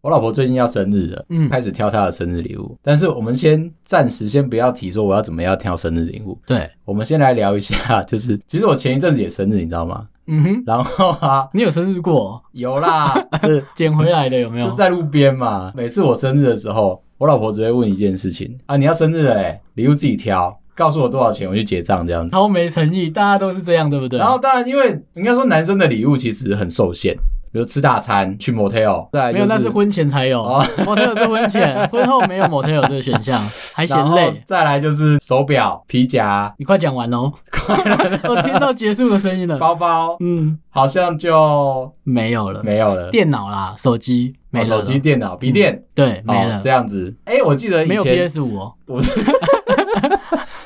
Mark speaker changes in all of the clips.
Speaker 1: 我老婆最近要生日了，
Speaker 2: 嗯
Speaker 1: 开始挑她的生日礼物。但是我们先暂时先不要提说我要怎么样挑生日礼物，
Speaker 2: 对，
Speaker 1: 我们先来聊一下， 就是其实我前一阵子也生日，你知道吗？
Speaker 2: 嗯哼，
Speaker 1: 然后啊，
Speaker 2: 你有生日过哦、
Speaker 1: 有 啦，就是
Speaker 2: 捡回来的有没有？
Speaker 1: 就在路边嘛。每次我生日的时候，我老婆只会问一件事情啊，你要生日了、欸，礼物自己挑，告诉我多少钱，我去结账这样子。
Speaker 2: 超没诚意，大家都是这样，对不对？
Speaker 1: 然后当然，因为应该说男生的礼物其实很受限，比如吃大餐、去 motel，对，
Speaker 2: 没有，那是婚前才有
Speaker 1: 哦
Speaker 2: ，motel 是 婚前，婚后没有 motel 这个选项，还嫌
Speaker 1: 然后
Speaker 2: 累。
Speaker 1: 再来就是手表、皮夹、
Speaker 2: 你快讲完喽！ 我听到结束的声音了。
Speaker 1: 包包，
Speaker 2: 嗯，
Speaker 1: 好像就
Speaker 2: 没有了。
Speaker 1: 没有了。
Speaker 2: 电脑啦，手机没
Speaker 1: 哦
Speaker 2: 了。
Speaker 1: 手机、电脑、笔电
Speaker 2: 对没
Speaker 1: 哦
Speaker 2: 了
Speaker 1: 这，样子。哎，我记得以
Speaker 2: 没有
Speaker 1: 前
Speaker 2: PS 五哦，
Speaker 1: 我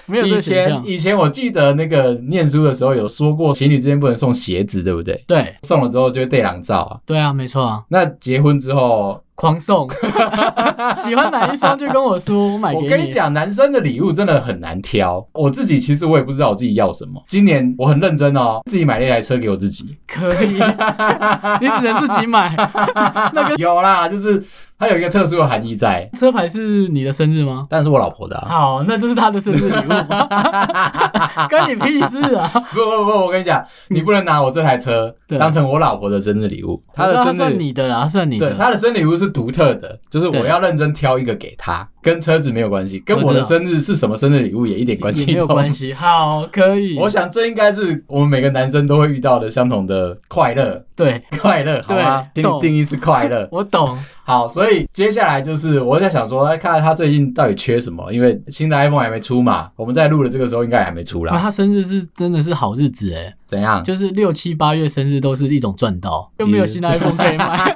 Speaker 2: 没有这
Speaker 1: 以
Speaker 2: 个选
Speaker 1: 前
Speaker 2: 项。
Speaker 1: 以前我记得那个念书的时候有说过，情侣之间不能送鞋子，对不对？
Speaker 2: 对
Speaker 1: 送了之后就会对狼照啊。
Speaker 2: 对啊，没错啊，
Speaker 1: 那结婚之后，
Speaker 2: 狂送，喜欢哪一双就跟我说，我买给
Speaker 1: 我
Speaker 2: 你。
Speaker 1: 跟你讲，男生的礼物真的很难挑。我自己其实我也不知道我自己要什么。今年我很认真哦，自己买了一台车给我自 己。
Speaker 2: 可 以，你只能自己买。
Speaker 1: 有啦，就是它有一个特殊的含义在，
Speaker 2: 车牌是你的生日吗？
Speaker 1: 但是我老婆的、啊。
Speaker 2: 好，那就是他的生日 礼物，关你屁事啊！
Speaker 1: 不不不，我跟你讲，你不能拿我这台车
Speaker 2: 对
Speaker 1: 当成我老婆的生日礼物。她的
Speaker 2: 我知道
Speaker 1: 生日
Speaker 2: 算你的啦，算你
Speaker 1: 对，
Speaker 2: 的。
Speaker 1: 他的生日礼物是独特的，就是我
Speaker 2: 对
Speaker 1: 要认真挑一个给他，跟车子没有关系，跟我的
Speaker 2: 我知道
Speaker 1: 生日是什么生日礼物也一点关系
Speaker 2: 也没有
Speaker 1: 都
Speaker 2: 关。系，好，可以。
Speaker 1: 我想这应该是我们每个男生都会遇到的相同的快乐，
Speaker 2: 对，
Speaker 1: 快乐好吗？定
Speaker 2: 对懂。
Speaker 1: 定义是快乐
Speaker 2: 我懂。
Speaker 1: 好，所以接下来就是我在想说，哎看他最近到底缺什么，因为新的 iPhone 还没出嘛，我们在录的这个时候应该也还没出
Speaker 2: 那
Speaker 1: 啦。
Speaker 2: 他生日是真的是好日子哎，
Speaker 1: 怎样？
Speaker 2: 啊就是六七八月生日都是一种赚到，
Speaker 1: 其
Speaker 2: 又
Speaker 1: 实
Speaker 2: 没有新的 iPhone 可 以买，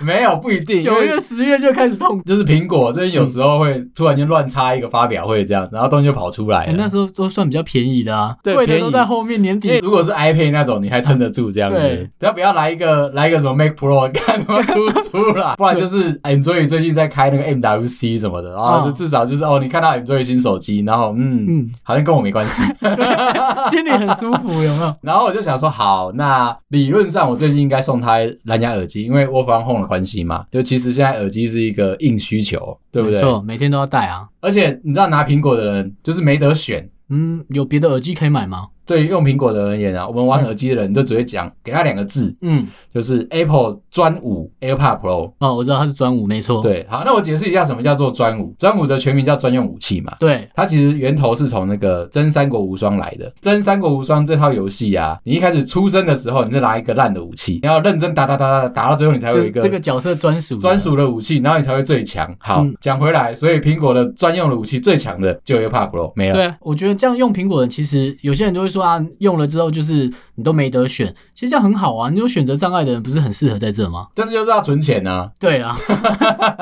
Speaker 1: 没有不一定，因
Speaker 2: 九
Speaker 1: 为
Speaker 2: 月十月就开始痛。
Speaker 1: 就是苹果最近
Speaker 2: 嗯
Speaker 1: 有时候会突然间乱插一个发表会这样，然后东西就跑出来
Speaker 2: 哎，
Speaker 1: 了。
Speaker 2: 那时候都算比较便宜的啊，
Speaker 1: 对
Speaker 2: 贵的
Speaker 1: 便宜
Speaker 2: 都在后面年
Speaker 1: 因为
Speaker 2: 底。
Speaker 1: 如果是 iPad 那种，你还撑得住这样子。
Speaker 2: 啊对
Speaker 1: 只要不要来一个来一个什么 Mac Pro，看 他妈哭出 来，不然就是 Android 最近在开那个 MWC 什么的，然后就
Speaker 2: 嗯
Speaker 1: 至少就是哦，你看到 Android 新手机，然后嗯，
Speaker 2: 嗯，
Speaker 1: 好像跟我没关 系。啊
Speaker 2: 心里很舒服，有没有？
Speaker 1: 然后我就想说，好，那理论上我最近应该送他蓝牙耳机，因为 Work from Home 的关系嘛，就其实现在耳机是一个硬需求，对不
Speaker 2: 没
Speaker 1: 对？
Speaker 2: 错，每天都要戴啊。
Speaker 1: 而且你知道拿苹果的人就是没得选，
Speaker 2: 嗯，有别的耳机可以买吗？
Speaker 1: 对于用苹果的人而言啊，我们玩耳机的人都只会讲给他两个字，
Speaker 2: 嗯，
Speaker 1: 就是 Apple 专五 AirPod Pro。
Speaker 2: 哦，我知道它是专五，没错。
Speaker 1: 对，好，那我解释一下什么叫做专五。专五的全名叫专用武器嘛。
Speaker 2: 对
Speaker 1: 它其实源头是从那个《真三国无双》来的。《真三国无双》这套游戏啊，你一开始出生的时候，你是拿一个烂的武器，你要认真打打打打打到最后，你才
Speaker 2: 就
Speaker 1: 有一
Speaker 2: 是
Speaker 1: 个
Speaker 2: 这个角色专属的
Speaker 1: 专。属的武器，然后你才会最强。好
Speaker 2: 嗯，
Speaker 1: 讲回来，所以苹果的专用的武器最强的就 AirPod Pro 没了。
Speaker 2: 对，我觉得这样用苹果的，其实有些人就会说啊，用了之后就是你都没得选，其实这样很好啊。你有选择障碍的人不是很适合在这吗？
Speaker 1: 但是就是要存钱啊！
Speaker 2: 对啊，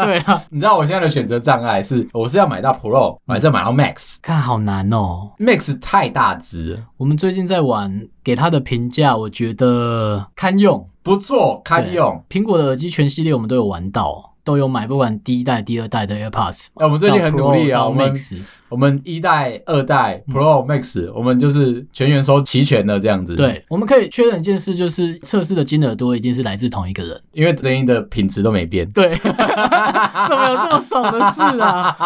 Speaker 2: 对啊，
Speaker 1: 你知道我现在的选择障碍是，我是要买到
Speaker 2: 嗯
Speaker 1: Pro，我还是要买到 Max？Max
Speaker 2: 看好难哦。
Speaker 1: 太大只了，
Speaker 2: 我们最近在玩，给它的评价，我觉得堪用。
Speaker 1: 不错，堪
Speaker 2: 对
Speaker 1: 用。
Speaker 2: 苹果的耳机全系列我们都有玩到，都有买，不管第一代、第二代的 AirPods。
Speaker 1: 哎、我们最近很努力啊，
Speaker 2: 到
Speaker 1: 我
Speaker 2: Pro 到
Speaker 1: 们
Speaker 2: Max，嗯
Speaker 1: 我们一代、二代 Pro Max，、我们就是全员收齐全了这样子。，
Speaker 2: 对，我们可以确认一件事，就是测试的金额多一定是来自同一个人。
Speaker 1: 因为声音的品质都没变。
Speaker 2: 对， 怎么有这么爽的事啊？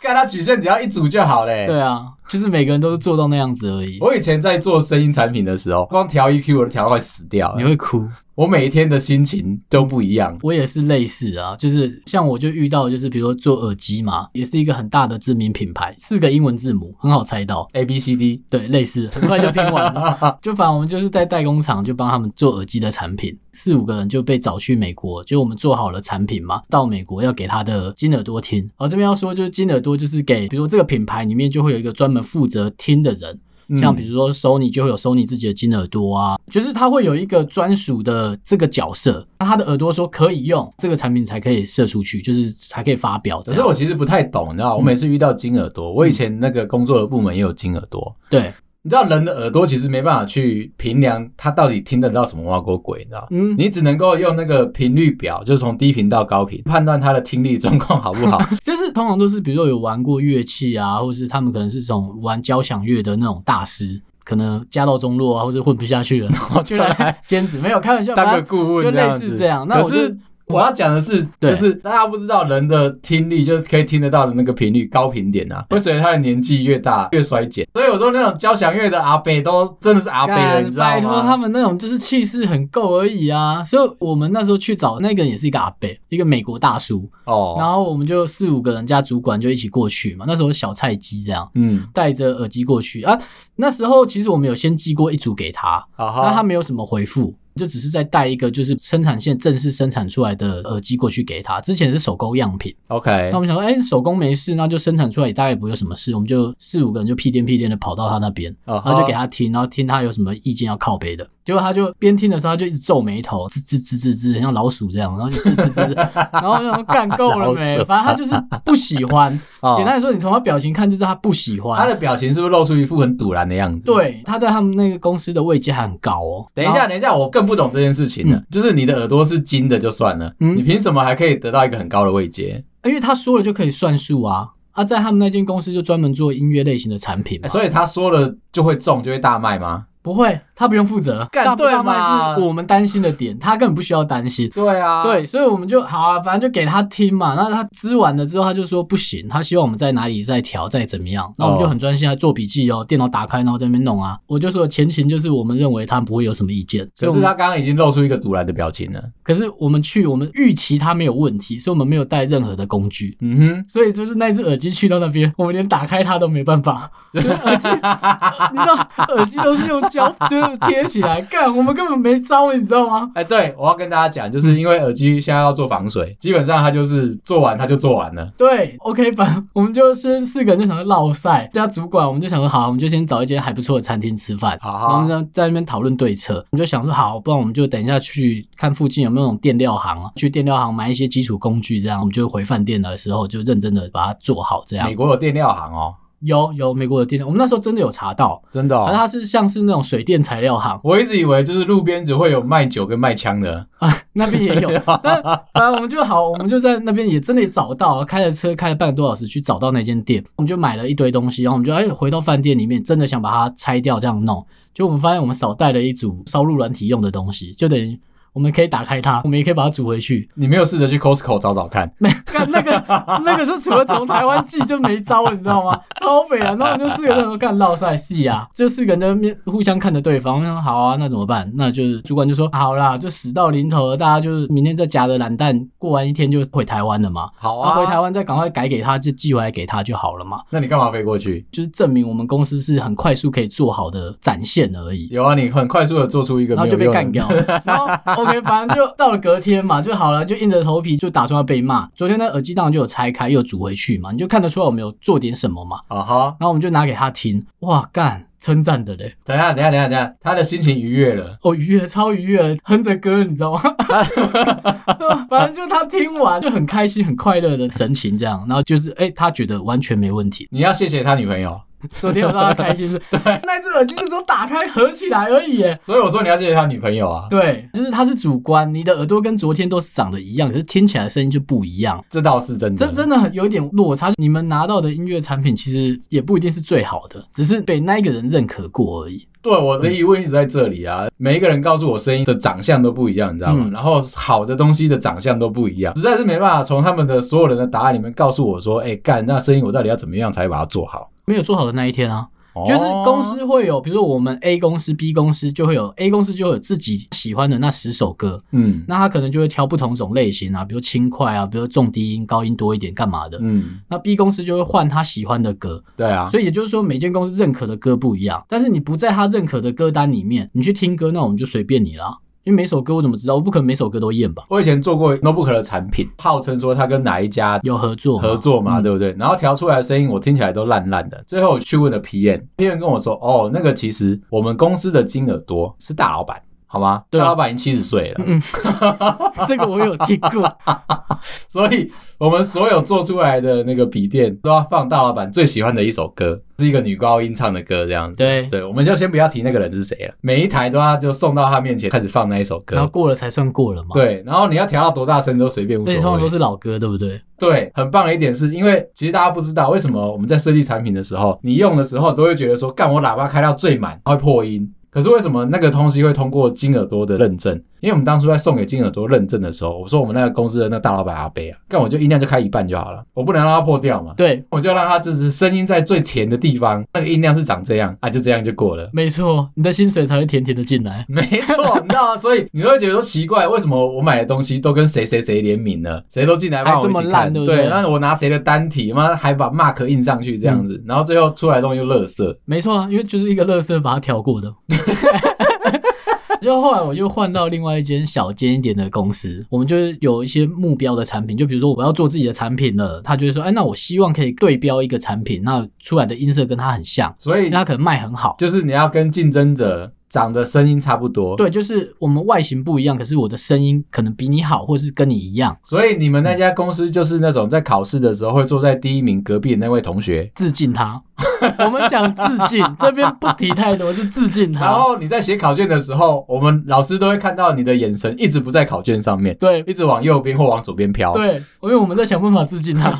Speaker 1: 看它曲线只要一组就好嘞。
Speaker 2: 对啊，就是每个人都是做到那样子而已。
Speaker 1: 我以前在做声音产品的时候，光调 EQ 我都调到快死掉
Speaker 2: 你
Speaker 1: 了。
Speaker 2: 会哭，
Speaker 1: 我每一天的心情都不一样。
Speaker 2: 我也是类似啊，就是像我就遇到，就是比如说做耳机嘛，也是一个很大的知名品牌，四个英文字母，很好猜到。
Speaker 1: A B C D，
Speaker 2: 对，类似，很快就拼完 了。就反正我们就是在代工厂就帮他们做耳机的产品，四五个人就被找去美国，就我们做好了产品嘛，到美国要给他的金耳朵听。然后这边要说，就是金耳朵就是给，比如说这个品牌里面就会有一个专门负责听的人，像比
Speaker 1: 如
Speaker 2: 如说 Sony 就会有 Sony 自己的金耳朵啊，就是它会有一个专属的这个角色，那他的耳朵说可以用这个产品才可以射出去，就是才可以发表这
Speaker 1: 可
Speaker 2: 样。
Speaker 1: 是我其实不太懂，你知
Speaker 2: 嗯
Speaker 1: 道，我每次遇到金耳朵，我以前那个工作的部门也有金耳朵。
Speaker 2: 对，
Speaker 1: 你知道人的耳朵其实没办法去评量他到底听得到什么挖沟鬼，你知道？
Speaker 2: 嗯，
Speaker 1: 你只能够用那个频率表，就是从低频到高频，判断他的听力状况好不 好。
Speaker 2: 就是通常都是，比如说有玩过乐器啊，或是他们可能是这种玩交响乐的那种大师，可能家道中 落啊，或是混不下去了，然后就来兼职。没有开玩笑，
Speaker 1: 当
Speaker 2: 反
Speaker 1: 个
Speaker 2: 正
Speaker 1: 顾问
Speaker 2: 就
Speaker 1: 这
Speaker 2: 类
Speaker 1: 样
Speaker 2: 似
Speaker 1: 子，
Speaker 2: 这样。那
Speaker 1: 可
Speaker 2: 我就是
Speaker 1: 我要讲的是，
Speaker 2: 对
Speaker 1: 就是大家不知道人的听力，就是可以听得到的那个频率高频点啊，会随着他的年纪越大越衰减。所以我说那种交响乐的阿贝都真的是阿贝了，
Speaker 2: 干
Speaker 1: 你知道
Speaker 2: 拜托他
Speaker 1: 吗？
Speaker 2: 们那种就是气势很够而已啊！所以我们那时候去找那个也是一个阿伯，一个美国大叔，然
Speaker 1: 哦，
Speaker 2: 后我们就四五个人加主管就一起过去嘛。那时候小菜鸡这样，
Speaker 1: 嗯，
Speaker 2: 戴着耳机过去啊。那时候其实我们有先寄过一组给他，
Speaker 1: 好
Speaker 2: 那他
Speaker 1: 好，
Speaker 2: 没有什么回复，就只是在带一个就是生产线正式生产出来的耳机过去给他。之前是手工样品，
Speaker 1: ，OK，
Speaker 2: 那我们想说，哎、手工没事，那就生产出来也大概也不会有什么事，我们就四五个人就屁颠屁颠的跑到他那边。
Speaker 1: 然
Speaker 2: 然后就给他听，然后听他有什么意见要靠背的。结果他就边听的时候，他就一直皱眉头，吱吱吱吱吱，很像老鼠这样，然后就吱吱吱吱，然后就说干够了没
Speaker 1: 老？鼠
Speaker 2: 反正他就是不 喜欢。
Speaker 1: 他
Speaker 2: 简单来说，你从他表情看就是他不喜
Speaker 1: 他
Speaker 2: 欢。
Speaker 1: 的表情是不是露出一副很堵然的样子？。
Speaker 2: 对，他在他们那个公司的位阶还很高哦。
Speaker 1: 等一
Speaker 2: 然
Speaker 1: 下，
Speaker 2: 后，
Speaker 1: 等一下，我更不懂这件事情了。就是你的耳朵是金的就算了，
Speaker 2: 嗯
Speaker 1: 你凭什么还可以得到一个很高的位阶？
Speaker 2: 因为他说了就可以算数啊。啊，在他们那间公司就专门做音乐类型的产品嘛，
Speaker 1: 哎所以他说了就会中，就会大卖吗？
Speaker 2: 不会，他不用负责。
Speaker 1: 干
Speaker 2: 大不
Speaker 1: 对
Speaker 2: 大卖
Speaker 1: 嘛
Speaker 2: 是我们担心的点，他根本不需要担心。
Speaker 1: 对啊，
Speaker 2: 对，所以我们就好啊，反正就给他听嘛。那他织完了之后，他就说不行，他希望我们在哪里再调，再怎么样。
Speaker 1: 哦
Speaker 2: 那我们就很专心在做笔记哦，电脑打开，然后在那边弄啊。我就说前情就是我们认为他不会有什么意见，所以
Speaker 1: 可
Speaker 2: 我
Speaker 1: 是
Speaker 2: 们
Speaker 1: 他刚刚已经露出一个堵然的表情了。
Speaker 2: 可是我们去，我们预期他没有问题，所以我们没有带任何的工具。
Speaker 1: 嗯哼，
Speaker 2: 所以就是那只耳机去到那边，我们连打开它都没 办法，就是耳机，你知道耳机都是用胶就是贴起来，干我们根本没招，你知道吗？
Speaker 1: 哎、对，我要跟大家讲，就是因为耳机现在要做防
Speaker 2: 嗯
Speaker 1: 水，基本上它就是做完它就做完了。
Speaker 2: 对，OK，反正我们就是四个人就想说落赛加主管，我们就想说好，我们就先找一间还不错的餐厅吃饭。
Speaker 1: 好
Speaker 2: 然后我
Speaker 1: 好
Speaker 2: 们，就在那边讨论对策，我们就想说好，不然我们就等一下去看附近有没有那种电料行啊，去电料行买一些基础工具，这样我们就回饭店的时候就认真的把它做好。这样
Speaker 1: 美国有电料行哦，
Speaker 2: 有有美国的电料，我们那时候真的有查到，
Speaker 1: 真的
Speaker 2: 而
Speaker 1: 哦。
Speaker 2: 它是像是那种水电材 料行，
Speaker 1: 我一直以为就是路边只会有卖酒跟卖枪的，
Speaker 2: 那边也有，但反正我们就好，我们就在那边也真的也找到了，开了车开了半个多小时去找到那间店，我们就买了一堆东西，然后我们就哎回到饭店里面，真的想把它拆掉这样弄，就我们发现我们少带了一组烧录软体用的东西，就等于我们可以打开它，我们也可以把它煮回去。
Speaker 1: 你没有试着去 Costco 找找看？
Speaker 2: 那干那个那个是除了从台湾寄就没招，你知道吗？超北啊！然后我们就四个人都干绕赛戏啊，就四个人在那边互相看着对方，我想好啊，那怎么办？那就是主管就说好啦，就死到临头了，大家就是明天再夹着懒蛋过完一天就回台湾了嘛。
Speaker 1: 好
Speaker 2: 然
Speaker 1: 啊，
Speaker 2: 后回台湾再赶快改给他，就寄回来给他就好了嘛，
Speaker 1: 那你干嘛飞过去？
Speaker 2: 就是证明我们公司是很快速可以做好的展现而已。
Speaker 1: 有啊，你很快速的做出一个
Speaker 2: 然
Speaker 1: 没
Speaker 2: 后
Speaker 1: 有
Speaker 2: 就
Speaker 1: 用
Speaker 2: 被
Speaker 1: 的
Speaker 2: 干掉 了。然后 OK，反正就到了隔天嘛，就好了，就硬着头皮就打算要被骂。昨天那耳机当然就有拆开，又煮回去嘛，你就看得出来我们有做点什么嘛。
Speaker 1: 啊哈！
Speaker 2: 然后我们就拿给他听，哇，干，称赞的嘞，
Speaker 1: 等一下，等一下，等一下，等一下，他的心情愉悦了。
Speaker 2: 哦，愉悦，超愉悦，哼着歌，你知道吗？ 啊反正就他听完就很开心、很快乐的神情这样，然后就是哎、他觉得完全没问题。
Speaker 1: 你要谢谢他女朋友，
Speaker 2: 昨天我让他开心 是，那只耳机就只有打开合起来而已耶，
Speaker 1: 所以我说你要谢谢他女朋友啊。
Speaker 2: 对，就是它是主观，你的耳朵跟昨天都是长得一样，可是听起来声音就不一样，
Speaker 1: 这倒是真的。
Speaker 2: 这真的很有点落差。你们拿到的音乐产品其实也不一定是最好的，只是被那一个人认可过而已。
Speaker 1: 对我的疑问一直在这里啊。每一个人告诉我声音的长相都不一样，你知道吗？
Speaker 2: 嗯
Speaker 1: 然后好的东西的长相都不一样，实在是没办法从他们的所有人的答案里面告诉我说，哎、干那声音我到底要怎么样才把它做好？哦
Speaker 2: 没有做好的那一天啊，就是公司会有，比如说我们 A 公司、B 公司就会有 A 公司就会有自己喜欢的那十首歌，
Speaker 1: 嗯
Speaker 2: 那他可能就会挑不同种类型啊，比如轻快啊，比如重低音、高音多一点，干嘛的。
Speaker 1: 嗯，
Speaker 2: 那 B 公司就会换他喜欢的歌，
Speaker 1: 对啊，
Speaker 2: 所以也就是说，每间公司认可的歌不一样，但是你不在他认可的歌单里面，你去听歌，那我们就随便你啦。因为每首歌我怎么知道？我不可能每首歌都验吧？
Speaker 1: 我以前做过 notebook 的产品，号称说他跟哪一家
Speaker 2: 有合作吗
Speaker 1: 合作嘛，
Speaker 2: 嗯
Speaker 1: 对不对？然后调出来的声音我听起来都烂烂的。最后我去问了 PM，PM 跟我说，哦，那个其实我们公司的金耳朵是大老板，好吗？
Speaker 2: 对啊嗯
Speaker 1: 大老板已经七十岁了，
Speaker 2: 这个我有听 过，
Speaker 1: 所以我们所有做出来的那个笔电都要放大老板最喜欢的一首歌，是一个女高音唱的歌，这样子。
Speaker 2: 对
Speaker 1: 对，我们就先不要提那个人是谁了，每一台都要就送到他面前开始放那一首
Speaker 2: 然后
Speaker 1: 歌。
Speaker 2: 过了才算过了嘛。，
Speaker 1: 对，然后你要调到多大声都随便无
Speaker 2: 而且通
Speaker 1: 所
Speaker 2: 常
Speaker 1: 谓
Speaker 2: 都。是老歌，对不对？
Speaker 1: 对，很棒的一点是因为其实大家不知道为什么我们在设计产品的时候，你用的时候都会觉得说，干我喇叭开到最满它会破音。可是为什么那个东西会通过金耳朵的认证？因为我们当初在送给金耳朵认证的时候，我说我们那个公司的那个大老板阿贝啊，干我就音量就开一半就好了，我不能让它破掉嘛，
Speaker 2: 对，
Speaker 1: 我就让它就是声音在最甜的地方，那个音量是长这样啊，就这样就过了。
Speaker 2: 没错，你的薪水才会甜甜的进来。
Speaker 1: 没错，你知道吗？所以你都会觉得说奇怪，为什么我买的东西都跟谁谁谁联名了，谁都进来帮我一
Speaker 2: 还
Speaker 1: 起
Speaker 2: 这么烂
Speaker 1: 看，
Speaker 2: 对不对
Speaker 1: 那我拿谁的单体，妈还把 mark 印上去这样
Speaker 2: 嗯
Speaker 1: 子，然后最后出来的东西就垃圾。
Speaker 2: 没错啊，因为就是一个乐色把它调过的。 就后来我就换到另外一间小间一点的公司，我们就是有一些目标的产品，就比如说我要做自己的产品了，他就会说，哎，那我希望可以对标一个产品，那出来的音色跟它很像，
Speaker 1: 所以
Speaker 2: 那它可能卖很好。
Speaker 1: 就是你要跟竞争者长得声音差不多，
Speaker 2: 对，就是我们外形不一样，可是我的声音可能比你好，或是跟你一样。
Speaker 1: 所以你们那家公司就是那种在考试的时候会坐在第一名隔壁的那位同学，
Speaker 2: 致敬他， 我们讲致敬，这边不提太多，就致敬
Speaker 1: 然
Speaker 2: 他。
Speaker 1: 后你在写考卷的时候，我们老师都会看到你的眼神一直不在考卷上面，
Speaker 2: 对
Speaker 1: 一直往右边或往左边飘。，
Speaker 2: 对，因为我们在想办法致 敬他，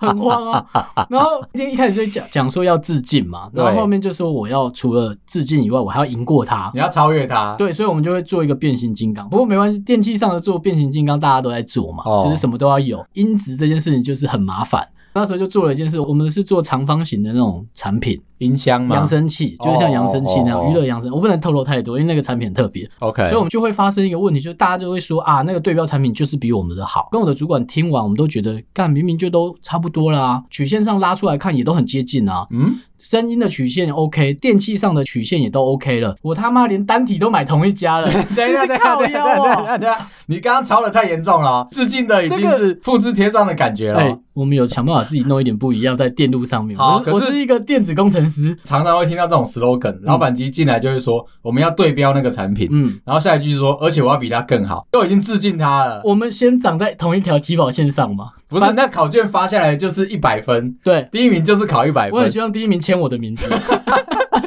Speaker 2: 很慌啊。然后一一开始就讲讲说要致敬嘛，然后
Speaker 1: 对
Speaker 2: 后面就说我要除了致敬以外，我还要赢过他。
Speaker 1: 你要超越他。
Speaker 2: 对，所以我们就会做一个变形金刚。不过没关系，电器上的做变形金刚大家都在做嘛，
Speaker 1: 哦
Speaker 2: 就是什么都要有。音质这件事情就是很麻烦。那时候就做了一件事，我们是做长方形的那种产品，
Speaker 1: 音箱吗？
Speaker 2: 扬声器，就是像扬声器
Speaker 1: 嗯
Speaker 2: 那
Speaker 1: 啊哦哦
Speaker 2: 样
Speaker 1: 哦
Speaker 2: 娱乐扬声。我不能透露太多，因为那个产品很特别。
Speaker 1: OK，
Speaker 2: 所以我们就会发生一个问题，就是大家就会说啊，那个对标产品就是比我们的好。跟我的主管听完，我们都觉得干明明就都差不多啦，曲线上拉出来看也都很接近啊，
Speaker 1: 嗯，
Speaker 2: 声音的曲线 OK，电器上的曲线也都 OK 了。我他妈连单体都买同一家 了，
Speaker 1: 等一下，等一下，
Speaker 2: 靠
Speaker 1: 等一下，
Speaker 2: 腰
Speaker 1: 等一下等一
Speaker 2: 啊！
Speaker 1: 下，等一下，你刚刚抄的太严重了哦，致敬的已经
Speaker 2: 这个
Speaker 1: 是复制贴上的感觉了
Speaker 2: 哎
Speaker 1: 哦。，
Speaker 2: 我们有想办法自己弄一点不一样在电路上面。
Speaker 1: 好
Speaker 2: 我
Speaker 1: 可
Speaker 2: 我
Speaker 1: 是
Speaker 2: 是一个电子工程师，
Speaker 1: 常常会听到这种 slogan，老板级进来就会说我们要对标那个产品，
Speaker 2: 嗯，
Speaker 1: 然后下一句说而且我要比他更好，都已经致敬他了。
Speaker 2: 我们先长在同一条起跑线上嘛。
Speaker 1: 不是，那考卷发下来就是一百分，
Speaker 2: 对，
Speaker 1: 第一名哎就是考一百
Speaker 2: 我很
Speaker 1: 分，
Speaker 2: 希望第一名签我的名字。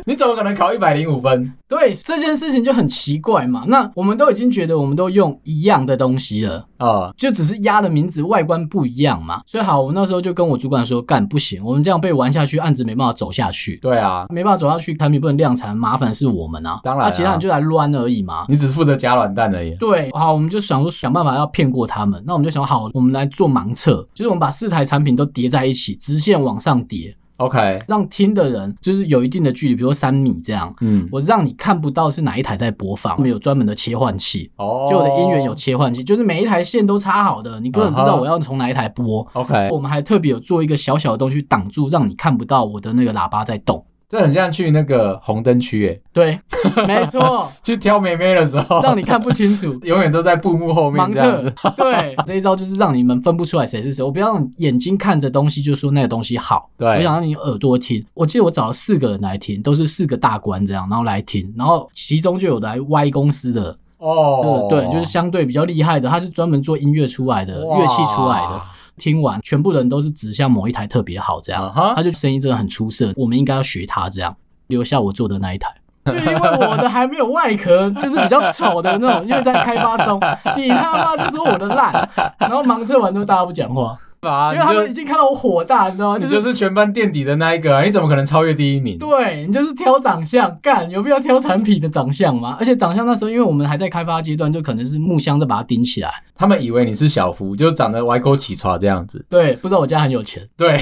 Speaker 1: 你怎么可能考一百零五分？
Speaker 2: 对这件事情就很奇怪嘛。那我们都已经觉得我们都用一样的东西了，
Speaker 1: 啊、
Speaker 2: 就只是鸭的名字外观不一样嘛。所以好，我那时候就跟我主管说，干不行，我们这样被玩下去，案子没办法走下去，
Speaker 1: 对啊，
Speaker 2: 没办法走下去，产品不能量产，麻烦是我们啊。
Speaker 1: 当然啊
Speaker 2: 那其他人就来乱而已嘛。
Speaker 1: 你只负责夹软蛋而已。
Speaker 2: 对，好，我们就想说想办法要骗过他们。那我们就想好，我们来做盲测，就是我们把四台产品都叠在一起，直线往上叠，
Speaker 1: OK，
Speaker 2: 让听的人就是有一定的距离，比如说三米这样，
Speaker 1: 嗯，
Speaker 2: 我让你看不到是哪一台在播放，我们有专门的切换器，
Speaker 1: 哦，啊
Speaker 2: 就我的音源有切换器，就是每一台线都插好的，你根本不知道我要从哪一台播。
Speaker 1: OK，
Speaker 2: 我们还特别有做一个小小的东西挡住，让你看不到我的那个喇叭在动。
Speaker 1: 这很像去那个红灯区，诶，
Speaker 2: 对， 没错，
Speaker 1: 去挑妹妹的时候，
Speaker 2: 让你看不清楚。
Speaker 1: 永远都在布幕哦后面
Speaker 2: 盲
Speaker 1: 这样
Speaker 2: 测
Speaker 1: 子。，
Speaker 2: 对，这一招就是让你们分不出来谁是谁。我不要让你眼睛看着东西就说那个东西好，
Speaker 1: 对
Speaker 2: 我想让你耳朵听。我记得我找了四个人来听，都是四个大官这样，然后来听，然后其中就有来 Y 公司的，
Speaker 1: 哦，
Speaker 2: 呃对对，就是相对比较厉害的，他是专门做音乐出来的，
Speaker 1: 哇
Speaker 2: 乐器出来的。听完，全部人都是指向某一台特别好，这样
Speaker 1: 啊哈
Speaker 2: 他就声音真的很出色，我们应该要学他这样，留下我做的那一 台。就因为我的还没有外壳，就是比较丑的那种，因为在开发 中，你他妈就说我的烂，然后盲测完之后大家不讲话，
Speaker 1: 啊，
Speaker 2: 因为他们已
Speaker 1: 你
Speaker 2: 经看到我火大，你知道吗？
Speaker 1: 就你
Speaker 2: 就
Speaker 1: 就是是全班垫底的那一个啊，你怎么可能超越第一名？
Speaker 2: 对你就是挑长相，干有必要挑产品的长相吗？而且长相那时候，因为我们还在开发阶段，就可能是木箱再把它钉起来，
Speaker 1: 他们以为你是小福，就长得歪勾起床这样子。
Speaker 2: 对，不知道我家很 有钱，
Speaker 1: 对，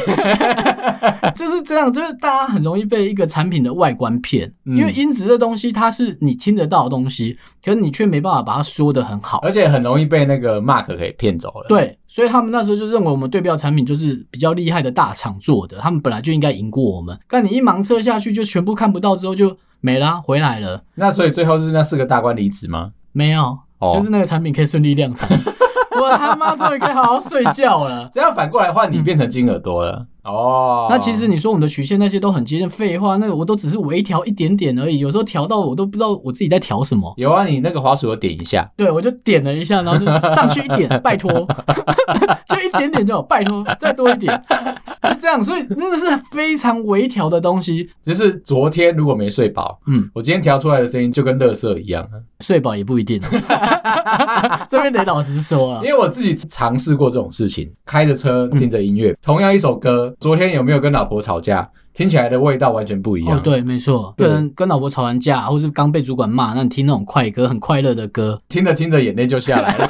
Speaker 2: 就是这样，就是大家很容易被一个产品的外观骗，
Speaker 1: 嗯
Speaker 2: 因为音质这东西它是你听得到的东西，可是你却没办法把它说得很好。
Speaker 1: 而且很容易被那个 Mark 给骗走了。，
Speaker 2: 对，所以他们那时候就认为我们对标产品就是比较厉害的大厂做的，他们本来就应该赢过我们。但你一盲测下去，就全部看不到之后就没啦，回来了
Speaker 1: 那所以最后是那四个大官离职吗？
Speaker 2: 没有？
Speaker 1: 哦
Speaker 2: 就是那个产品可以顺利 量产，我他妈终于可以好好睡觉了。
Speaker 1: 这样反过来换你变成金耳朵了。哦，
Speaker 2: 嗯那其实你说我们的曲线那些都很接近，废话，那个我都只是微调一点点而已，有时候调到我都不知道我自己在调什么。
Speaker 1: 有啊，你那个滑鼠有点一下，
Speaker 2: 对，我就点了一下，然后就上去一点，拜托， 就一点点就好，拜托，再多一点，就这样。所以真的是非常微调的东西，
Speaker 1: 就是昨天如果没睡饱，
Speaker 2: 嗯，
Speaker 1: 我今天调出来的声音就跟乐色一样，
Speaker 2: 睡饱也不一定。 这边得老实说啊 嗯
Speaker 1: 因，为我自己尝试过这种事情，开着车听着音乐，同样一首歌，个昨天有没有跟老婆吵架，听起来的味道完全不一样。
Speaker 2: 哦，对，没错，
Speaker 1: 对
Speaker 2: 可能跟老婆吵完架，或是刚被主管骂，那你听那种快歌，很快乐的 歌，
Speaker 1: 听着听着眼泪就下来 了，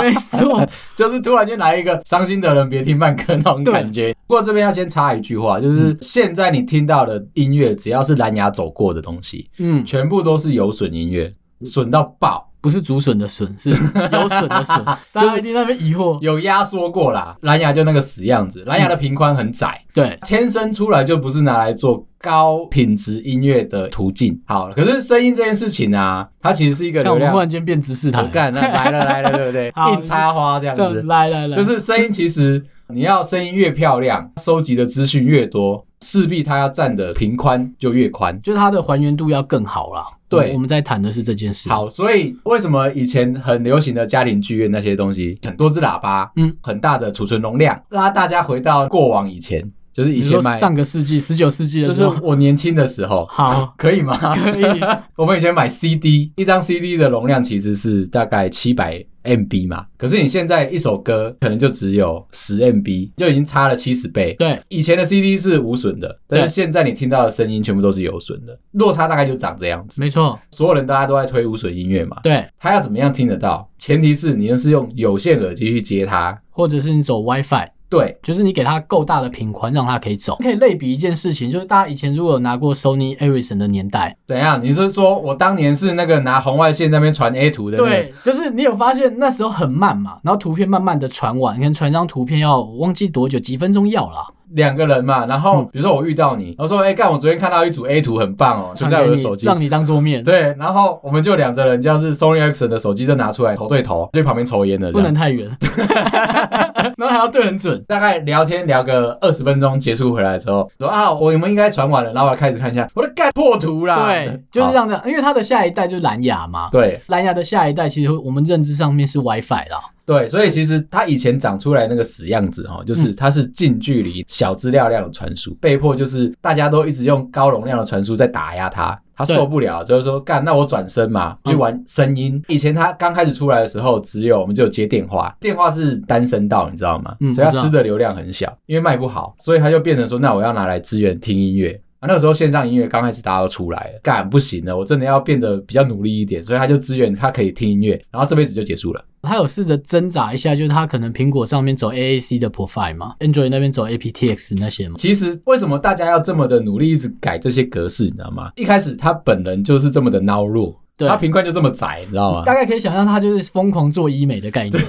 Speaker 2: 没错，
Speaker 1: 就是突然间来一个伤心的人别听慢歌那种
Speaker 2: 对嗯
Speaker 1: 感觉。不过这边要先插一句话，就是现在你听到的音乐，只要是蓝牙走过的东西，
Speaker 2: 嗯，
Speaker 1: 全部都是有损音乐，损到爆。
Speaker 2: 不是竹笋的笋， 是有笋的 笋，大家一定在那边疑惑，
Speaker 1: 有压缩过啦，蓝牙就那个死样子，蓝牙
Speaker 2: 嗯
Speaker 1: 的频宽很窄，
Speaker 2: 对，
Speaker 1: 天生出来就不是拿来做高品质音乐的途径。好，可是声音这件事情啊，它其实是一个
Speaker 2: 但
Speaker 1: 流
Speaker 2: 我们
Speaker 1: 量
Speaker 2: 忽。然间变知识
Speaker 1: 我
Speaker 2: 台，
Speaker 1: 干，那来了来了，对不对
Speaker 2: 好？
Speaker 1: 硬插花这样
Speaker 2: 更
Speaker 1: 子，
Speaker 2: 来来来，
Speaker 1: 就是声音，其实你要声音越漂亮，收集的资讯越多，势必它要占的频宽就越宽。
Speaker 2: 就是它的还原度要更好啦。
Speaker 1: 对
Speaker 2: 我我们在谈的是这件事。，
Speaker 1: 好，所以为什么以前很流行的家庭剧院那些东西，很多只喇叭，
Speaker 2: 嗯
Speaker 1: 嗯，很大的储存容量，拉大家回到过往以前，就是以
Speaker 2: 你
Speaker 1: 前
Speaker 2: 说
Speaker 1: 买，
Speaker 2: 上个世纪十九世纪
Speaker 1: 就
Speaker 2: 的
Speaker 1: 是
Speaker 2: 时候，
Speaker 1: 我年轻的时候，，
Speaker 2: 好
Speaker 1: 可以吗？
Speaker 2: 可以，
Speaker 1: 我们以前买 CD，一张 CD 的容量其实是大概七百 MB 嘛，可是你现在一首歌可能就只有十 MB，就已经差了七十倍。
Speaker 2: 对，
Speaker 1: 以前的 CD 是无损的，但是现在你听到的声音全部都是有损的，落差大概就长这样子。
Speaker 2: 没错，
Speaker 1: 所有人大家都在推无损音乐嘛，
Speaker 2: 对，
Speaker 1: 它要怎么样听得到？前提是你是用有线耳机去接它。
Speaker 2: 或者是你走 WiFi，
Speaker 1: 对，
Speaker 2: 就是你给它够大的频宽，让它可以走。可以类比一件事情，就是大家以前如果有拿过 Sony Ericsson 的年代，
Speaker 1: 怎样？你是说我当年是那个拿红外线那边传 A 图的、那个？，
Speaker 2: 对，就是你有发现那时候很慢嘛，然后图片慢慢的传完，你看传一张图片要我忘记多久，几分钟要啦，
Speaker 1: 两个人嘛。然
Speaker 2: 嗯
Speaker 1: 后比如说我遇到你，我说：“哎、干，我昨天看到一组 A 图，很棒哦，存在我的
Speaker 2: 传给
Speaker 1: 手
Speaker 2: 你
Speaker 1: 机。”
Speaker 2: 让你当桌面，
Speaker 1: 对，然后我们就两个人，就是 Sony Ericsson 的手机就拿出来头对头，就旁边抽烟的这样，
Speaker 2: 不能太远， 然后还要对很准，
Speaker 1: 大概聊天聊个二十分钟，结束回来之后说啊，我们应该传完了，然后我开始看一下，我的干破图啦，
Speaker 2: 对，就
Speaker 1: 啊
Speaker 2: 是
Speaker 1: 好
Speaker 2: 这样的，因为它的下一代就是蓝牙嘛。
Speaker 1: 对
Speaker 2: 蓝牙的下一代，其实我们认知上面是 WiFi 啦，
Speaker 1: 对，所以其实它以前长出来那个死样子哈，
Speaker 2: 嗯
Speaker 1: 就是它是近距离小资料量的传输，被迫就是大家都一直用高容量的传输在打压它。他
Speaker 2: 对
Speaker 1: 受不了，就是说干，那我转身嘛，
Speaker 2: 嗯
Speaker 1: 去玩声音。以前他刚开始出来的时候，只有我们就接电话，电话是单声道，你知道吗？
Speaker 2: 嗯
Speaker 1: 所以
Speaker 2: 我知
Speaker 1: 它
Speaker 2: 道
Speaker 1: 吃的流量很小，因为卖不好，所以他就变成说，那我要拿来支援听音乐。啊，那个时候线上音乐刚开始大家都出来了，干不行了，我真的要变得比较努力一点，所以他就支援他可以听音乐，然后这辈子就结束了。
Speaker 2: 它有试着挣扎一下，就是它可能苹果上面走 AAC 的 profile 嘛，Android 那边走 aptX 那些嘛，
Speaker 1: 其实为什么大家要这么的努力，一直改这些格式，你知道吗？一开始他本人就是这么的孬弱，
Speaker 2: 对
Speaker 1: 他频宽就这么窄，你知道吗
Speaker 2: 大？概可以想象它就是疯狂做医美的概念，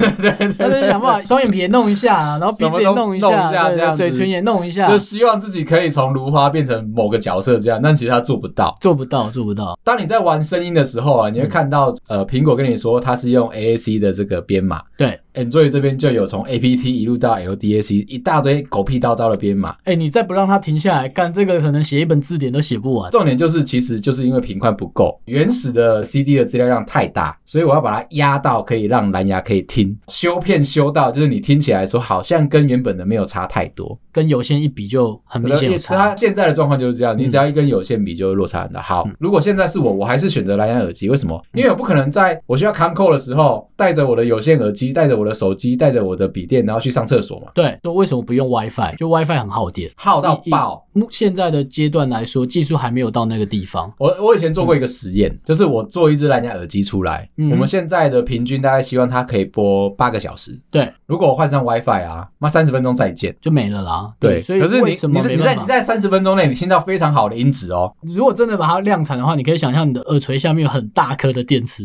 Speaker 2: 他就是想办法双眼皮也弄一下 啊，然后鼻子也弄一
Speaker 1: 什么都弄一下
Speaker 2: 下，对
Speaker 1: 这样
Speaker 2: 对，
Speaker 1: 子
Speaker 2: 嘴唇也弄一下
Speaker 1: 就，希望自己可以从如花变成某个角色这样，但其实他做不到。
Speaker 2: 做不到，做不到，
Speaker 1: 当你在玩声音的时候啊，你会看到、呃，苹果跟你说它是用 AAC 的这个编码
Speaker 2: 对。
Speaker 1: ，Android 这边就有从 APT 一路到 LDAC 一大堆狗屁叨叨的编码。
Speaker 2: 哎、你再不让它停下来干这个，可能写一本字典都写不完。
Speaker 1: 重点就是，其实就是因为频宽不够，原始的 CD 的资料量太大，所以我要把它压到可以让蓝牙可以听，修片修到就是你听起来说好像跟原本的没有差太多。
Speaker 2: 跟有线一比就很明显有差。嗯
Speaker 1: 它现在的状况就是这样，你只要一根有线比就落差很大。好，如果现在是我，我还是选择蓝牙耳机，为什么？因为我不可能在我需要康扣的时候，带着我的有线耳机，带着我的手机，带着我的笔电，然后去上厕所嘛，
Speaker 2: 对，说为什么不用 WiFi？就 WiFi 很耗电。
Speaker 1: 耗到
Speaker 2: 以
Speaker 1: 爆。
Speaker 2: 目现在的阶段来说，技术还没有到那个地方。
Speaker 1: 我我以前做过一个实验，就是我做一只蓝牙耳机出来，
Speaker 2: 嗯
Speaker 1: 我们现在的平均大概希望它可以播八个小时。
Speaker 2: 对，
Speaker 1: 如果我换上 WiFi 啊，妈三十分钟再见。
Speaker 2: 就没了啦。
Speaker 1: 对，
Speaker 2: 所以
Speaker 1: 可是
Speaker 2: 为
Speaker 1: 你
Speaker 2: 什
Speaker 1: 你
Speaker 2: 么
Speaker 1: 在
Speaker 2: 没
Speaker 1: 你在
Speaker 2: 办
Speaker 1: 你
Speaker 2: 法？
Speaker 1: 在三十分钟内，你听到非常好的音质哦，
Speaker 2: 如果真的把它量产的话，你可以想象你的耳垂下面有很大颗的 电池，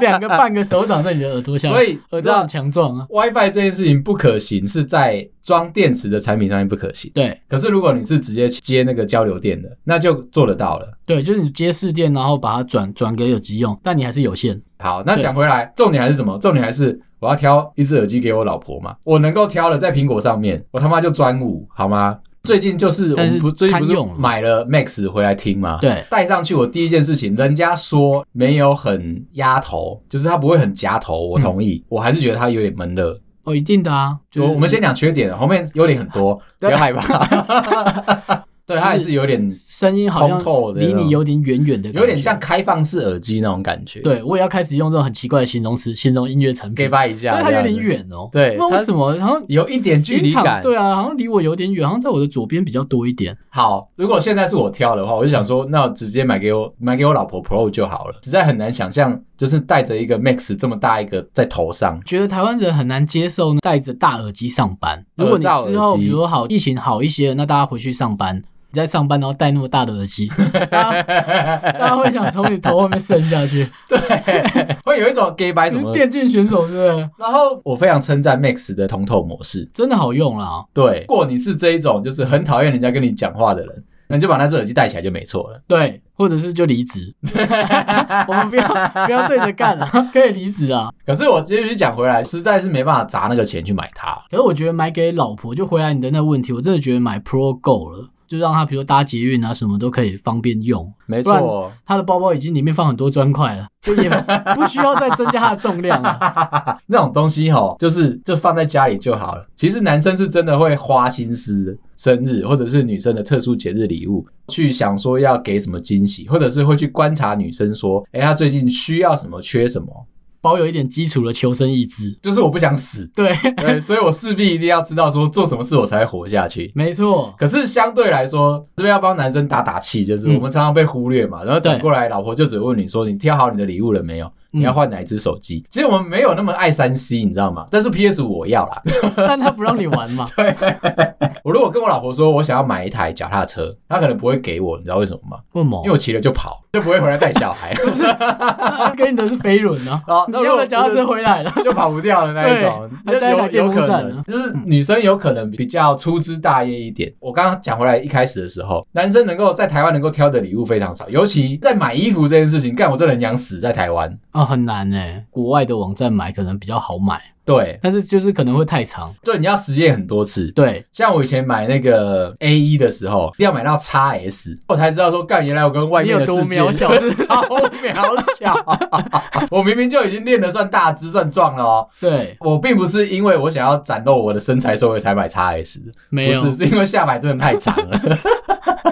Speaker 2: 两个半个手掌在你的耳朵下面，
Speaker 1: 所以
Speaker 2: 耳朵很强壮啊。
Speaker 1: WiFi 这件事情不可行，是在装电池的产品上面不可行。
Speaker 2: 对
Speaker 1: 可是如果你是直接接那个交流电的，那就做得到了。
Speaker 2: 对，就是你接市电，然后把它转转给耳机用，但你还是有线。
Speaker 1: 好，那
Speaker 2: 对
Speaker 1: 讲回来，重点还是什么？重点还是我要挑一只耳机给我老婆嘛。我能够挑了，在苹果上面，我他妈就专武，好吗？最近就是我
Speaker 2: 但是
Speaker 1: 们不最近不
Speaker 2: 堪
Speaker 1: 是
Speaker 2: 用了
Speaker 1: 买了 Max 回来听吗？，
Speaker 2: 对，
Speaker 1: 戴上去我第一件事情，人家说没有很压头，就是它不会很夹头，我同意，我还是觉得它有点闷热。
Speaker 2: 哦，嗯一定的啊。就
Speaker 1: 我我们先讲缺点，后面优点很多，不要害怕。 对，它也是有点
Speaker 2: 声音好像
Speaker 1: 通透的那
Speaker 2: 离
Speaker 1: 种
Speaker 2: 你有点远远的，
Speaker 1: 有点像。开放式耳机那种感觉，
Speaker 2: 对，我也要开始用这种很奇怪的形容词形容音乐产
Speaker 1: ，gay
Speaker 2: 品，
Speaker 1: 吧一下，
Speaker 2: 但是它有点
Speaker 1: 这样子，
Speaker 2: 远哦。
Speaker 1: 对
Speaker 2: 不知道
Speaker 1: 它
Speaker 2: 为什么，好像
Speaker 1: 有一点距
Speaker 2: 音
Speaker 1: 离
Speaker 2: 场
Speaker 1: 感，
Speaker 2: 对啊，好像离我有点远，好像在我的左边比较多一点。
Speaker 1: 好，如果现在是我挑的话，我就想说，那我直接买给我买给我老婆 Pro 就好了。实在很难想象，就是戴着一个 Max 这么大一个在头上，
Speaker 2: 觉得台湾人很难接受戴着大耳机上班。如果你
Speaker 1: 耳罩
Speaker 2: 之后
Speaker 1: 呃耳机
Speaker 2: 比如说好疫情好一些，那大家回去上班。你在上班，然后戴那么大的耳机， 大家大家会想从你头后面伸 下去，
Speaker 1: 会有一种 gay 白
Speaker 2: 你
Speaker 1: 什
Speaker 2: 是
Speaker 1: 么。
Speaker 2: 电竞选手是不是？
Speaker 1: 然后我非常称赞 Max 的通透模式。
Speaker 2: 真的好用啦。
Speaker 1: 对，如果你是这一种就是很讨厌人家跟你讲话的人，那你就把那只耳机戴起来就没错了。
Speaker 2: 对，或者是就离职， 我们不要不要对着干了，可以离职啊。
Speaker 1: 可是我继续讲回来，实在是没办法砸那个钱去买它。
Speaker 2: 可是我觉得买给老婆，就回来你的那个问题，我真的觉得买 Pro Go 了，就让她比如搭捷运啊什么都可以方便用。
Speaker 1: 没
Speaker 2: 不，她的包包已经里面放很多砖块 了，就也不需要再增加它的重量 了。
Speaker 1: 那种东西哈，就是就放在家里就好了。其实男生是真的会花心思，生日或者是女生的特殊节日礼物，去想说要给什么惊喜，或者是会去观察女生说，哎、她最近需要什么，缺什么。
Speaker 2: 保有一点基础的求生意志。
Speaker 1: 就是我不想死，
Speaker 2: 对，
Speaker 1: 对，所以我势必一定要知道说做什么事我才会活下去。
Speaker 2: 没错，
Speaker 1: 可是相对来说，这边要帮男生打打气，就是我们常常被忽略嘛。然后转过来，老婆就只问你说：“你挑好你的礼物了没有？你要换哪一只手机？”其实我们没有那么爱三 C，你知道吗？但是 PS 我要啦。
Speaker 2: 但他不让你玩嘛。
Speaker 1: 我如果跟我老婆说我想要买一台脚踏车，她可能不会给我，你知道为什么吗？
Speaker 2: 为什么
Speaker 1: 因为？我骑了就跑，就不会回来带小孩，
Speaker 2: 他给你的是飞轮 啊，
Speaker 1: 好
Speaker 2: 你
Speaker 1: 那如
Speaker 2: 要
Speaker 1: 果
Speaker 2: 了脚踏车回 来了。
Speaker 1: 就跑不掉的那一种。
Speaker 2: 对还带一台
Speaker 1: 有有
Speaker 2: 电
Speaker 1: 可
Speaker 2: 风扇
Speaker 1: 能
Speaker 2: 呢，
Speaker 1: 就是女生有可能比较粗枝大叶一点。我刚刚讲回来一开始的时候，男生能够在台湾能够挑的礼物非常少，尤其在买衣服这件事情，干我真的很想死在台湾。
Speaker 2: 啊、很难哎、国外的网站买可能比较好买，
Speaker 1: 对，
Speaker 2: 但是就是可能会太长。
Speaker 1: 对，你要实验很多次。
Speaker 2: 对，
Speaker 1: 像我以前买那个 A 一的时候，一定要买到 x S，我才知道说，干，原来我跟外
Speaker 2: 你
Speaker 1: 面
Speaker 2: 有
Speaker 1: 的世
Speaker 2: 多
Speaker 1: 界
Speaker 2: 渺小是不是？
Speaker 1: 超渺小。 我明明就已经练得算大只、算壮了哦。
Speaker 2: 对，
Speaker 1: 我并不是因为我想要展露我的身材，所以才买 x S，
Speaker 2: 没
Speaker 1: 不
Speaker 2: 有
Speaker 1: 是，，是因为下摆真的太长 了。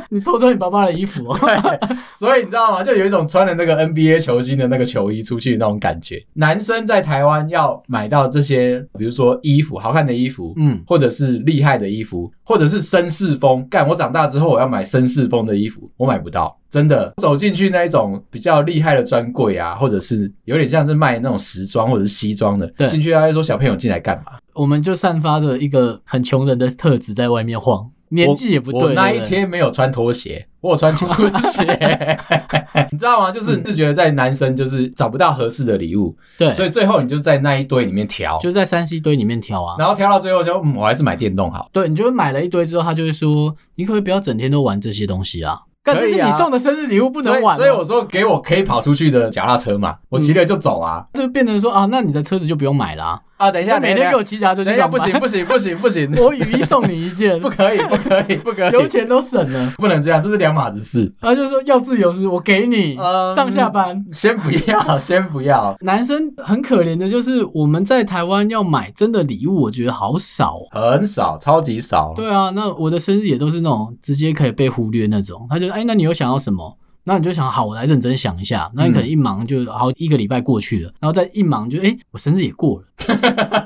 Speaker 2: 你偷穿你爸爸的衣服、哦，
Speaker 1: 所以你知道吗？就有一种穿了那个 NBA 球星的那个球衣出去的那种感觉。男生在台湾要买到这些，比如说衣服，好看的衣服，
Speaker 2: 嗯，
Speaker 1: 或者是厉害的衣服，或者是绅士风。干，我长大之后我要买绅士风的衣服，我买不到，真的。走进去那一种比较厉害的专柜啊，或者是有点像是卖那种时装或者是西装的，
Speaker 2: 对
Speaker 1: 进去他会说小朋友进来干嘛？
Speaker 2: 我们就散发着一个很穷人的特质在外面晃，年纪也不对
Speaker 1: 我那
Speaker 2: 对
Speaker 1: 一
Speaker 2: 不对
Speaker 1: 天没有穿拖鞋，我有 穿球鞋，你知道吗？就是自觉得在男生就是找不到合适的礼物，
Speaker 2: 嗯对，
Speaker 1: 所以最后你就在那一堆里面挑，
Speaker 2: 就在山西堆里面挑啊。
Speaker 1: 然后挑到最后就嗯，我还是买电动好。
Speaker 2: 对，你就会买了一堆之后，他就会说，你可不可以不要整天都玩这些东西啊？干，
Speaker 1: 可
Speaker 2: 这
Speaker 1: 以啊
Speaker 2: 是你送的生日礼 物，不能玩啊、
Speaker 1: 所以，所以我说给我可以跑出去的脚踏车嘛，
Speaker 2: 嗯
Speaker 1: 我骑了就走啊。
Speaker 2: 就变成说啊，那你的车子就不用买啦、
Speaker 1: 啊，等一
Speaker 2: 你就 每天给我骑脚车
Speaker 1: 等一
Speaker 2: 去
Speaker 1: 下，
Speaker 2: 上
Speaker 1: 不
Speaker 2: 班，
Speaker 1: 行，不行，不 行，不行，
Speaker 2: 我雨衣送你一件，
Speaker 1: 不可以，不可以，不可
Speaker 2: 油
Speaker 1: 以，
Speaker 2: 钱都省了。
Speaker 1: 不能这样，这是两码子 事。
Speaker 2: 然后就说要自由是，我给你、
Speaker 1: 嗯
Speaker 2: 上下班。
Speaker 1: 先不要，先不要，
Speaker 2: 男生很可怜的，就是我们在台湾要买真的礼物，我觉得好少、哦。
Speaker 1: 很少，超级少。
Speaker 2: 对啊，那我的生日也都是那种直接可以被忽略那种。他就哎，那你有想要什么？那你就想好，我来认真想一下。那你可
Speaker 1: 嗯
Speaker 2: 能一忙就好一个礼拜过去了，然后再一忙就哎，我生日也过了，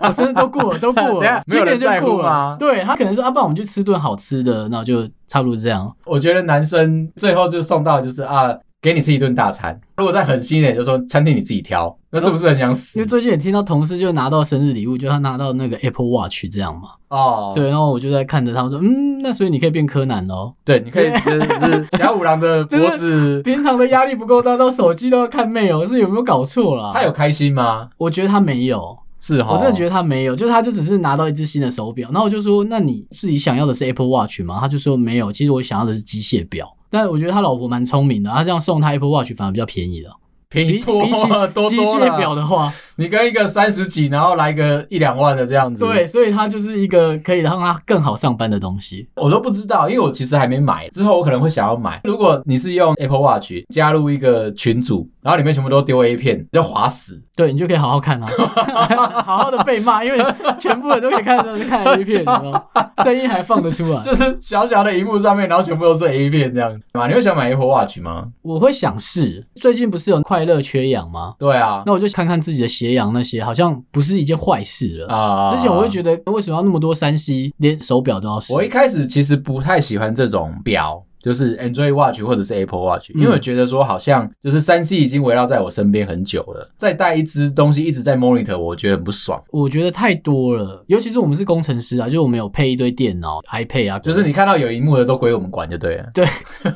Speaker 2: 我生日都过了，都过
Speaker 1: 等一下
Speaker 2: 了，
Speaker 1: 没
Speaker 2: 今
Speaker 1: 有人
Speaker 2: 年就
Speaker 1: 在乎
Speaker 2: 过
Speaker 1: 吗
Speaker 2: 了。对他可能说啊，不然我们去吃顿好吃的，那就差不多这样。
Speaker 1: 我觉得男生最后就送到就是啊，给你吃一顿大餐。如果再狠心一点，就说餐厅你自己挑，那是不是很想
Speaker 2: 因
Speaker 1: 死
Speaker 2: 为？最近也听到同事就拿到生日礼物，就他拿到那个 Apple Watch 这样嘛，
Speaker 1: 哦，
Speaker 2: 对，然后我就在看着他我说，嗯，那所以你可以变柯南喽。
Speaker 1: 对，你可 以就是小五郎的脖子，
Speaker 2: 平常的压力不够大，到手机都要看妹哦，是有没有搞错啦？
Speaker 1: 他有，开心吗？
Speaker 2: 我觉得他没有，
Speaker 1: 是哈，
Speaker 2: 我真的觉得他没有，就是他就只是拿到一只新的手表，然后我就说，那你自己想要的是 Apple Watch 吗？他就说没有，其实我想要的是机械表。但我觉得他老婆蛮聪明的，他这样送他 Apple Watch 反而比较便宜了，
Speaker 1: 便
Speaker 2: 比
Speaker 1: 宜
Speaker 2: 比
Speaker 1: 多
Speaker 2: 起
Speaker 1: 多
Speaker 2: 机
Speaker 1: 多
Speaker 2: 械
Speaker 1: 了
Speaker 2: 表的话，
Speaker 1: 你跟一个三十几，然后来个一两万的这样子，
Speaker 2: 对，，所以它就是一个可以让它更好上班的东西。
Speaker 1: 我都不知道，因为我其实还没买，之后我可能会想要买。如果你是用 Apple Watch 加入一个群组，然后里面全部都丢 A 片，你就划死，
Speaker 2: 对你就可以好好看啊， 好好的被骂，因为全部人都可以看到看 A 片，你知道吗？声音还放得出来。
Speaker 1: 就是小小的荧幕上面，然后全部都是 A 片这样子嘛。你会想买 Apple Watch 吗？
Speaker 2: 我会想试，最近不是有快乐缺氧吗？
Speaker 1: 对啊，
Speaker 2: 那我就看看自己的斜阳那些，好像不是一件坏事了。
Speaker 1: 啊、
Speaker 2: 之前我会觉得为什么要那么多山西，连手表都要试
Speaker 1: 我。一开始其实不太喜欢这种表，就是 Android Watch 或者是 Apple Watch，因为
Speaker 2: 嗯
Speaker 1: 我觉得说好像就是三 C 已经围绕在我身边很久了，再带一只东西一直在 monitor，我觉得很不爽。
Speaker 2: 我觉得太多了，尤其是我们是工程师啊，就是我们有配一堆电脑、iPad 啊，
Speaker 1: 就是你看到有荧幕的都归我们管就对了。
Speaker 2: 对，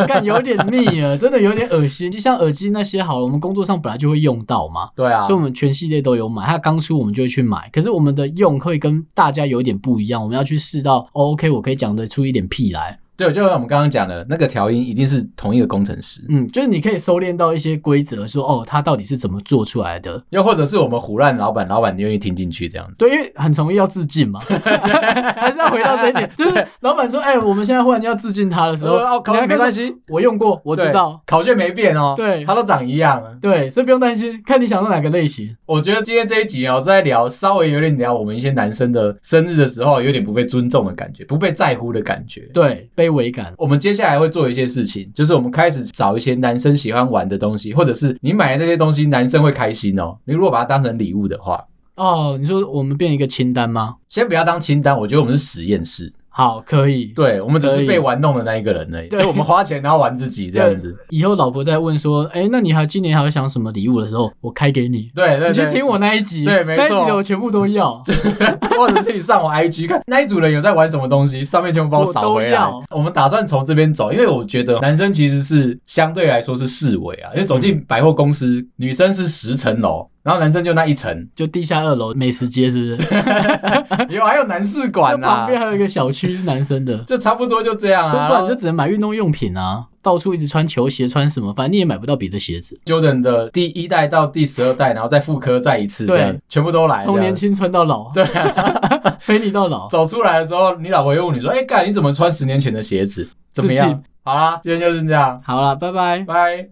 Speaker 2: 干有点腻了，真的有点恶心。就像耳机那些好了，我们工作上本来就会用到嘛，
Speaker 1: 对啊，
Speaker 2: 所以我们全系列都有买。它刚出我们就会去买，可是我们的用会跟大家有一点不一样，我们要去试到、哦、OK，我可以讲得出一点屁来。
Speaker 1: 对，就像我们刚刚讲的，那个调音一定是同一个工程师，
Speaker 2: 嗯，就是你可以收敛到一些规则，说哦，它到底是怎么做出来的。
Speaker 1: 又或者是我们胡乱老板，老板愿意听进去这样子。
Speaker 2: 对，因为很容易要自尽 嘛，还是要回到这一点，就是老板说，哎、我们现在忽然间要自尽他的时候，
Speaker 1: 哦，考
Speaker 2: 你还
Speaker 1: 没关
Speaker 2: 系，
Speaker 1: 系，
Speaker 2: 我用过，我知
Speaker 1: 对
Speaker 2: 道，
Speaker 1: 考卷没变哦，
Speaker 2: 对
Speaker 1: 它都长一样。
Speaker 2: 对，所以不用担心，看你想用哪个类型。
Speaker 1: 我觉得今天这一集哦，是在聊稍微有点聊我们一些男生的生日的时候，有点不被尊重的感觉，不被在乎的感觉。
Speaker 2: 对，卑微感。
Speaker 1: 我们接下来会做一些事情，就是我们开始找一些男生喜欢玩的东西，或者是你买的这些东西，男生会开心哦。你如果把它当成礼物的话，
Speaker 2: 哦，你说我们变一个清单吗？
Speaker 1: 先不要当清单，我觉得我们是实验室，
Speaker 2: 好，可以。
Speaker 1: 对我们只
Speaker 2: 可
Speaker 1: 是
Speaker 2: 以
Speaker 1: 被玩弄的那一个人而已。
Speaker 2: 对
Speaker 1: 就我们花钱然后玩自己这样子。
Speaker 2: 以后老婆在问说，哎、那你还今年还会想什么礼物的时候，我开给你。
Speaker 1: 对对
Speaker 2: 你去
Speaker 1: 对，
Speaker 2: 听我那一集，
Speaker 1: 对没
Speaker 2: 那一
Speaker 1: 错
Speaker 2: 集的我全部都要。
Speaker 1: 或者是你上我 IG 看那一组人有在玩什么东西，上面全部帮我扫回来
Speaker 2: 我都要。
Speaker 1: 我们打算从这边走，因为我觉得男生其实是相对来说是四维啊，因为走进百货公司，女生是十层楼，然后男生就那一 层，
Speaker 2: 就地下二楼美食街是不是？就
Speaker 1: 有啊还有男士馆
Speaker 2: 旁
Speaker 1: 呐、
Speaker 2: 边
Speaker 1: 啊，
Speaker 2: 还有一个小区是男生的，
Speaker 1: 就差不多就这样
Speaker 2: 不
Speaker 1: 啊。
Speaker 2: 然就
Speaker 1: 然后
Speaker 2: 只能买运动用品啊，到处一直穿球鞋，穿什么，反正你也买不到别的鞋子。
Speaker 1: Jordan 的第一代到第十二代，然后再复刻再一次，
Speaker 2: 对
Speaker 1: 这样，全部都来。哎
Speaker 2: 从
Speaker 1: 这样
Speaker 2: 年轻穿到老，
Speaker 1: 对啊、
Speaker 2: 陪你到老。
Speaker 1: 走出来的时候，你老婆又问你说：“哎、干，你怎么穿十年前的鞋子？怎么
Speaker 2: 致
Speaker 1: 样
Speaker 2: 敬？”
Speaker 1: 好啦，今天就是这样，
Speaker 2: 好了，拜拜。
Speaker 1: 拜。